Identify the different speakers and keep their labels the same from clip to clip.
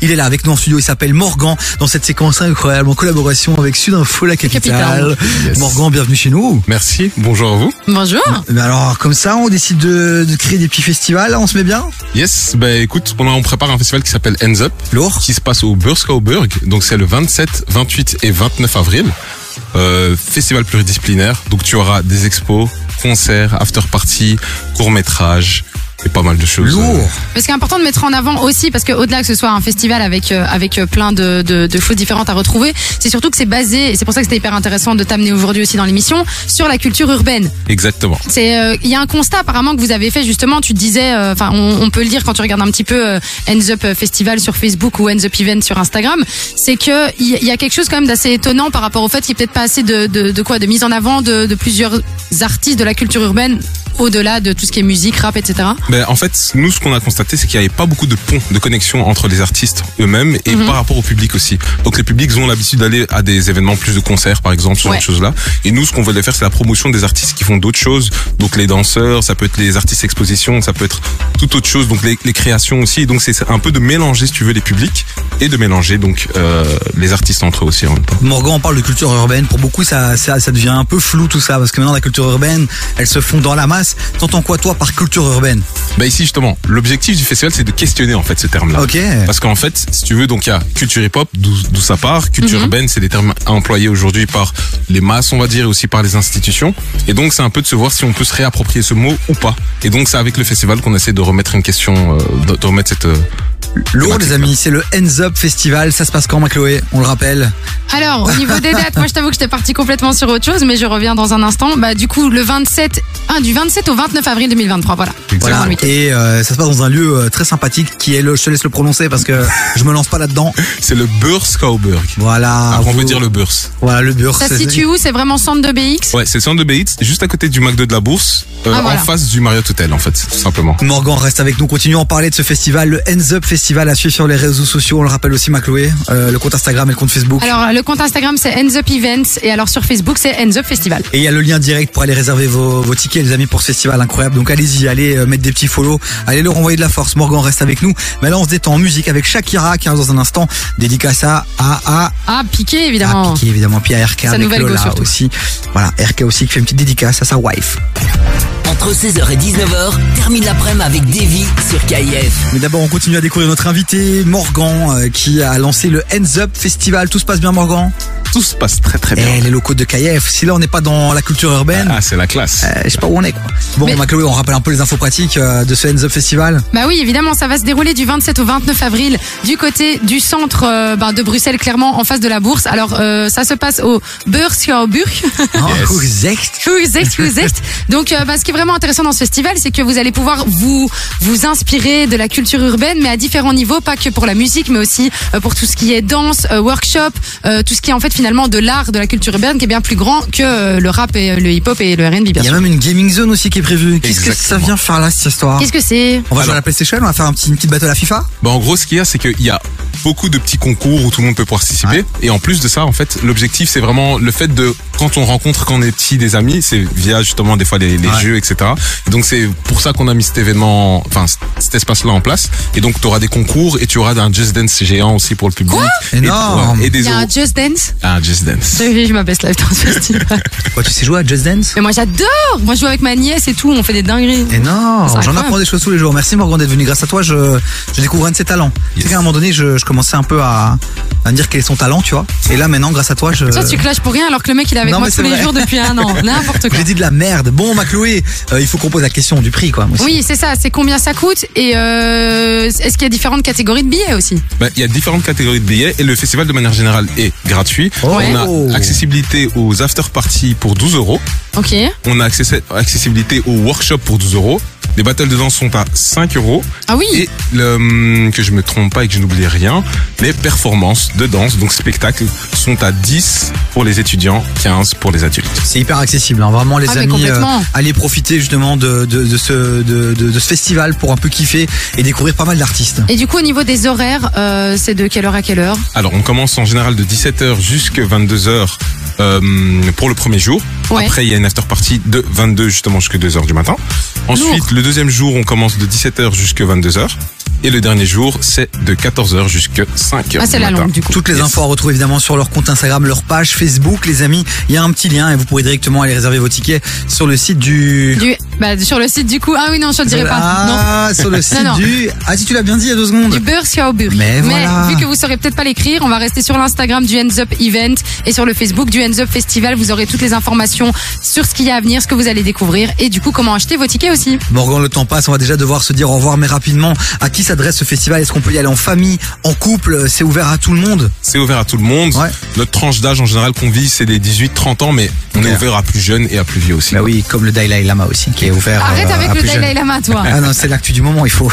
Speaker 1: Il est là avec nous en studio, il s'appelle Morgan dans cette séquence incroyable en collaboration avec Sud Info, la capitale.
Speaker 2: Yes.
Speaker 1: Morgan, bienvenue chez nous.
Speaker 2: Merci, bonjour à vous.
Speaker 3: Bonjour.
Speaker 1: Mais Eh ben alors, comme ça, on décide de, de créer des petits festivals, là, on se met bien
Speaker 2: Yes, bah écoute, on, a- on prépare un festival qui s'appelle Ends Up,
Speaker 1: Lourd
Speaker 2: qui se passe au Burskauberg, donc c'est le 27, 28 et 29 avril. Euh, festival pluridisciplinaire, donc tu auras des expos, concerts, after-party, courts-métrages et pas mal de choses.
Speaker 1: Lourd
Speaker 3: Mais ce qui est important de mettre en avant aussi, parce que au-delà que ce soit un festival avec euh, avec euh, plein de, de, de choses différentes à retrouver, c'est surtout que c'est basé et c'est pour ça que c'était hyper intéressant de t'amener aujourd'hui aussi dans l'émission sur la culture urbaine.
Speaker 2: Exactement.
Speaker 3: C'est euh, il y a un constat apparemment que vous avez fait justement. Tu disais, euh, enfin on, on peut le dire quand tu regardes un petit peu euh, Ends Up Festival sur Facebook ou Ends Up Event sur Instagram, c'est que il y, il y a quelque chose quand même d'assez étonnant par rapport au fait qu'il n'y a peut-être pas assez de, de, de quoi de mise en avant de, de plusieurs artistes de la culture urbaine au-delà de tout ce qui est musique, rap, etc.
Speaker 2: Ben, en fait, nous, ce qu'on a constaté, c'est qu'il n'y avait pas beaucoup de ponts, de connexion entre les artistes eux-mêmes et par rapport au public aussi. Donc, les publics ont l'habitude d'aller à des événements plus de concerts, par exemple, ce genre
Speaker 3: Ouais.
Speaker 2: de choses-là. Et nous, ce qu'on voulait faire, c'est la promotion des artistes qui font d'autres choses. Donc, les danseurs, ça peut être les artistes expositions, ça peut être toute autre chose. Donc, les, les créations aussi. Et donc, c'est un peu de mélanger, si tu veux, les publics et de mélanger, donc, euh, les artistes entre eux aussi en même temps.
Speaker 1: Morgan, on parle de culture urbaine. Pour beaucoup, ça, ça, ça devient un peu flou tout ça, parce que maintenant, la culture urbaine, elle se fond dans la masse. T'entends quoi, toi, par culture urbaine
Speaker 2: Bah ici justement, l'objectif du festival c'est de questionner en fait ce terme-là.
Speaker 1: Ok.
Speaker 2: Parce qu'en fait, si tu veux, donc il y a culture hip-hop, d'où d'où ça part, culture urbaine, c'est des termes employés aujourd'hui par les masses, on va dire, et aussi par les institutions. Et donc c'est un peu de se voir si on peut se réapproprier ce mot ou pas. Et donc c'est avec le festival qu'on essaie de remettre une question, euh, de, de remettre cette... euh,
Speaker 1: Lourd,
Speaker 2: thématique.
Speaker 1: les amis, c'est le Ends Up Festival. Ça se passe quand, ma Chloé On le rappelle.
Speaker 3: Alors, au niveau des dates, moi je t'avoue que j'étais partie complètement sur autre chose, mais je reviens dans un instant. Bah, du coup, le 27, ah, du 27 au 29 avril 2023, voilà.
Speaker 2: Exactement.
Speaker 1: Voilà.
Speaker 3: Dans le week-end.
Speaker 1: Et euh, ça se passe dans un lieu euh, très sympathique qui est le. Je te laisse le prononcer parce que je me lance pas là-dedans.
Speaker 2: C'est le Burskauberg.
Speaker 1: Voilà.
Speaker 2: Après on peut
Speaker 1: vous-
Speaker 2: dire le Burs.
Speaker 1: Voilà le beurre.
Speaker 3: Ça se
Speaker 1: c'est-
Speaker 3: situe où C'est vraiment centre de BX
Speaker 2: Ouais, c'est le centre de Beitz, juste à côté du McDo de la Bourse, euh,
Speaker 3: Ah, voilà.
Speaker 2: en face du Marriott Hotel en fait, tout simplement.
Speaker 1: Morgan reste avec nous. Continuons à en parler de ce festival, le Ends Up Festival à suivre sur les réseaux sociaux. On le rappelle aussi, ma Chloé, euh, le compte Instagram et le compte Facebook.
Speaker 3: Alors, le compte Instagram c'est Ends Up Events, et alors sur Facebook c'est Ends Up Festival.
Speaker 1: Et il y a le lien direct pour aller réserver vos, vos tickets, les amis, pour ce festival incroyable. Donc allez-y, allez euh, mettre des petits follow, allez leur envoyer de la force. Morgan reste avec nous. Mais là, on se détend en musique avec Shakira qui arrive dans un instant. Dédicace à, à, à,
Speaker 3: Ah, piqué
Speaker 1: à
Speaker 3: évidemment.
Speaker 1: Piqué, évidemment. Puis à RK
Speaker 3: Sa
Speaker 1: avec
Speaker 3: nouvelle go
Speaker 1: Lola
Speaker 3: surtout.
Speaker 1: aussi. Voilà, RK aussi qui fait une petite dédicace à sa wife.
Speaker 4: Entre 16h et 19h, termine l'après-midi avec Davy sur KIF.
Speaker 1: Mais d'abord, on continue à découvrir notre invité, Morgan, euh, qui a lancé le Hands Up Festival. Tout se passe bien, Morgan
Speaker 2: Tout se passe très très bien.
Speaker 1: Eh, les locaux de KF. Si là, on n'est pas dans la culture urbaine,
Speaker 2: Ah, c'est la classe.
Speaker 1: euh, je sais pas où on est, quoi. Bon,
Speaker 3: Mais-
Speaker 1: ma Chloé, on rappelle un peu les infos pratiques euh, de ce Hands Up Festival.
Speaker 3: Bah oui, évidemment, ça va se dérouler du 27 au 29 avril du côté du centre euh, ben, de Bruxelles, clairement en face de la bourse. Alors, euh, ça se passe au Burg.
Speaker 1: Hein,
Speaker 2: Yes.
Speaker 1: correct.
Speaker 3: Exact, exact. Donc, euh, bah, ce qui est vraiment intéressant dans ce festival, c'est que vous allez pouvoir vous vous inspirer de la culture urbaine, mais à différents niveaux, pas que pour la musique, mais aussi euh, pour tout ce qui est danse, euh, workshop, euh, tout ce qui est en fait finalement de l'art, de la culture urbaine, qui est bien plus grand que euh, le rap et euh, le hip-hop et le R&B. bien
Speaker 1: Il y a
Speaker 3: sûr.
Speaker 1: même une gaming zone aussi qui est prévue. Qu'est-ce que ça
Speaker 2: Exactement.
Speaker 1: vient faire là, cette histoire
Speaker 3: Qu'est-ce que c'est
Speaker 1: On va jouer à la PlayStation, on va faire un petit, une petite battle à FIFA
Speaker 2: Bah en gros, ce qu'il y a, c'est qu'il y a beaucoup de petits concours où tout le monde peut participer. Et en plus de ça, en fait, l'objectif, c'est vraiment le fait de, quand on rencontre, quand on est petit, des amis, c'est via justement des fois les, les
Speaker 1: Ouais.
Speaker 2: jeux, etc. Donc c'est pour ça qu'on a mis cet événement, enfin c- cet espace-là en place. Et donc tu auras des concours et tu auras un Just Dance géant aussi pour le public. et,
Speaker 1: Énorme.
Speaker 2: ouais, et
Speaker 3: Il
Speaker 2: des
Speaker 3: y a un
Speaker 2: autres.
Speaker 3: Just Dance.
Speaker 2: Un Just Dance.
Speaker 3: Je, je m'abaisse là dans ce festival.
Speaker 1: Quoi, tu sais jouer à Just Dance
Speaker 3: Mais moi j'adore. Moi je joue avec ma nièce et tout. On fait des dingueries. C'est
Speaker 1: Énorme, j'en
Speaker 3: incroyable.
Speaker 1: apprends des choses tous les jours. Merci Morgan d'être venu. Grâce à toi, je, je découvre un de ses talents. Tu sais
Speaker 2: Yes.
Speaker 1: qu'à un moment donné, je, je commençais un peu à, à me dire quel est son talent, tu vois. Et là, maintenant, grâce à toi, je.
Speaker 3: Toi tu clashes pour rien alors que le mec il est avec
Speaker 1: Non,
Speaker 3: moi
Speaker 1: mais c'est
Speaker 3: tous les
Speaker 1: vrai.
Speaker 3: jours depuis un an. N'importe quoi.
Speaker 1: J'ai dit de la merde. Bon, ma Chloé, euh, il faut qu'on pose la question du prix, quoi. moi aussi.
Speaker 3: Oui, c'est ça, c'est combien ça coûte et euh, est-ce qu'il y a différentes catégories de billets aussi
Speaker 2: Bah, il y a différentes catégories de billets et le festival de manière générale est gratuit.
Speaker 1: Oh.
Speaker 2: On a accessibilité aux after-parties pour 12 euros.
Speaker 3: Ok.
Speaker 2: On a accessi- accessibilité au workshop pour 12 euros. Les battles de danse sont à 5 euros.
Speaker 3: Ah oui
Speaker 2: Et le, hum, que je me trompe pas et que je n'oublie rien, les performances de danse, donc spectacle, sont à 10 pour les étudiants, 15 pour les adultes.
Speaker 1: C'est hyper accessible, hein. vraiment les
Speaker 3: Ah, mais
Speaker 1: amis.
Speaker 3: complètement.
Speaker 1: allez profiter justement de, de, de ce, de, de- de ce festival pour un peu kiffer et découvrir pas mal d'artistes.
Speaker 3: Et du coup, au niveau des horaires, euh, c'est de quelle heure à quelle heure
Speaker 2: Alors, on commence en général de 17h jusqu'à 22h euh, pour le premier jour.
Speaker 3: Ouais.
Speaker 2: Après, il y a une after party de 22 justement jusqu'à 2h du matin. Ensuite,
Speaker 3: Lourd.
Speaker 2: le deuxième jour, on commence de 17h jusqu'à 22h. Et le dernier jour, c'est de 14h jusqu'à 5h.
Speaker 3: Ah, c'est la longue, du coup.
Speaker 1: Toutes les infos à retrouver évidemment sur leur compte Instagram, leur page Facebook, les amis. Il y a un petit lien et vous pourrez directement aller réserver vos tickets sur le site du.
Speaker 3: Du- bah, sur le site, du coup. Ah oui, non, je ne dirais pas. Non.
Speaker 1: Ah, sur le site
Speaker 3: non.
Speaker 1: du. Ah, si tu l'as bien dit il y a deux secondes.
Speaker 3: Du beurre sur au beurre.
Speaker 1: Mais voilà.
Speaker 3: vu que vous saurez peut-être pas l'écrire, on va rester sur l'Instagram du Hands Up Event et sur le Facebook du Hands Up Festival. Vous aurez toutes les informations sur ce qu'il y a à venir, ce que vous allez découvrir et du coup comment acheter vos tickets aussi.
Speaker 1: Morgan, le temps passe, on va déjà devoir se dire au revoir, mais rapidement, à qui s'adresse ce festival Est-ce qu'on peut y aller en famille, en couple C'est ouvert à tout le monde
Speaker 2: C'est ouvert à tout le monde.
Speaker 1: Ouais.
Speaker 2: Notre tranche d'âge en général qu'on vit, c'est des 18-30 ans, mais on est
Speaker 1: Ok.
Speaker 2: ouvert à plus jeunes et à plus vieux aussi.
Speaker 1: Bah oui, comme le Dalai Lama aussi, qui est ouvert.
Speaker 3: Arrête
Speaker 1: euh, à
Speaker 3: avec le
Speaker 1: plus
Speaker 3: Dalai
Speaker 1: jeunes.
Speaker 3: Lama, toi.
Speaker 1: Ah non, c'est l'actu du moment, il faut.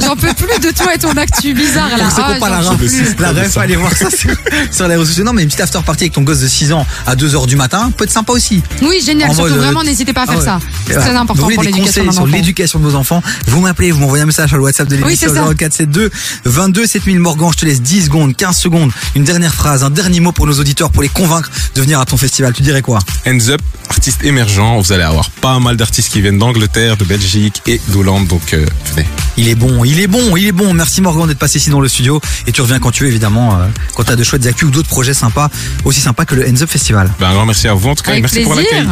Speaker 3: J'en peux plus de toi et ton actu bizarre là.
Speaker 1: Pour ceux qui
Speaker 3: Ah,
Speaker 1: ont pas la
Speaker 3: j'en peux plus.
Speaker 1: ref, la ref, allez voir ça sur, sur les réseaux sociaux. Non, mais une petite after party avec ton gosse de 6 ans à 2h du matin peut être sympa aussi.
Speaker 3: Oui, génial.
Speaker 1: En
Speaker 3: Surtout
Speaker 1: mode, euh,
Speaker 3: vraiment, n'hésitez pas à
Speaker 1: Ah
Speaker 3: faire
Speaker 1: ouais.
Speaker 3: ça. C'est
Speaker 1: Et voilà.
Speaker 3: très important
Speaker 1: Donc, vous
Speaker 3: pour
Speaker 1: voulez des
Speaker 3: l'éducation
Speaker 1: conseils
Speaker 3: d'un
Speaker 1: sur
Speaker 3: enfant.
Speaker 1: l'éducation de vos enfants. Vous m'appelez, vous m'envoyez un message sur le WhatsApp de l'émission
Speaker 3: c'est ça.
Speaker 1: 0472 22 7000 Morgan. Je te laisse 10 secondes, 15 secondes, une dernière phrase, un dernier mot pour nos auditeurs pour les convaincre de venir à ton festival. Tu dirais quoi
Speaker 2: Hands Up, artistes émergents. Vous allez avoir pas mal d'artistes qui viennent d'Angleterre, de Belgique et d'Hollande. Donc, euh, venez.
Speaker 1: Il est bon, il est bon, il est bon. Merci Morgan d'être passé ici dans le studio et tu reviens quand tu veux évidemment euh, quand t'as de chouettes actus ou d'autres projets sympas aussi sympas que le Hands Up Festival.
Speaker 2: Ben, un grand merci à vous en tout cas. et
Speaker 3: Avec
Speaker 2: merci pour
Speaker 3: plaisir.
Speaker 2: l'accueil.